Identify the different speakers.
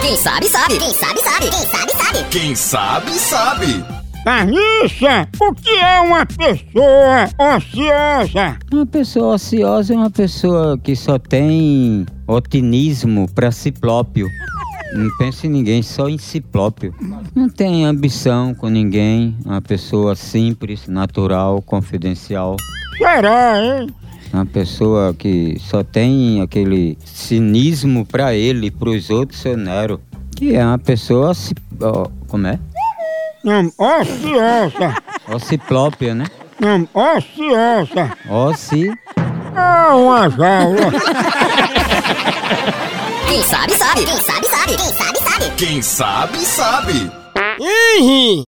Speaker 1: Quem sabe, sabe. Quem sabe, sabe. Quem sabe, sabe.
Speaker 2: Quem sabe, sabe.
Speaker 3: Carniça, o que é uma pessoa ociosa?
Speaker 4: Uma pessoa ociosa é uma pessoa que só tem otimismo pra si próprio. Não pensa em ninguém, só em si próprio. Não tem ambição com ninguém. é Uma pessoa simples, natural, confidencial.
Speaker 3: Será, hein?
Speaker 4: É Uma pessoa que só tem aquele cinismo pra ele, pros outros, seu Nero. Que é uma pessoa. oci- ó, como é?
Speaker 3: Não, Hum, ociosa.
Speaker 4: Ociprópia, né?
Speaker 3: Não, ociosa.
Speaker 4: Oci.
Speaker 3: É uma jaula.
Speaker 1: Quem sabe, sabe. Quem sabe, sabe. Quem sabe, sabe.
Speaker 2: Quem sabe, sabe.
Speaker 3: Henri!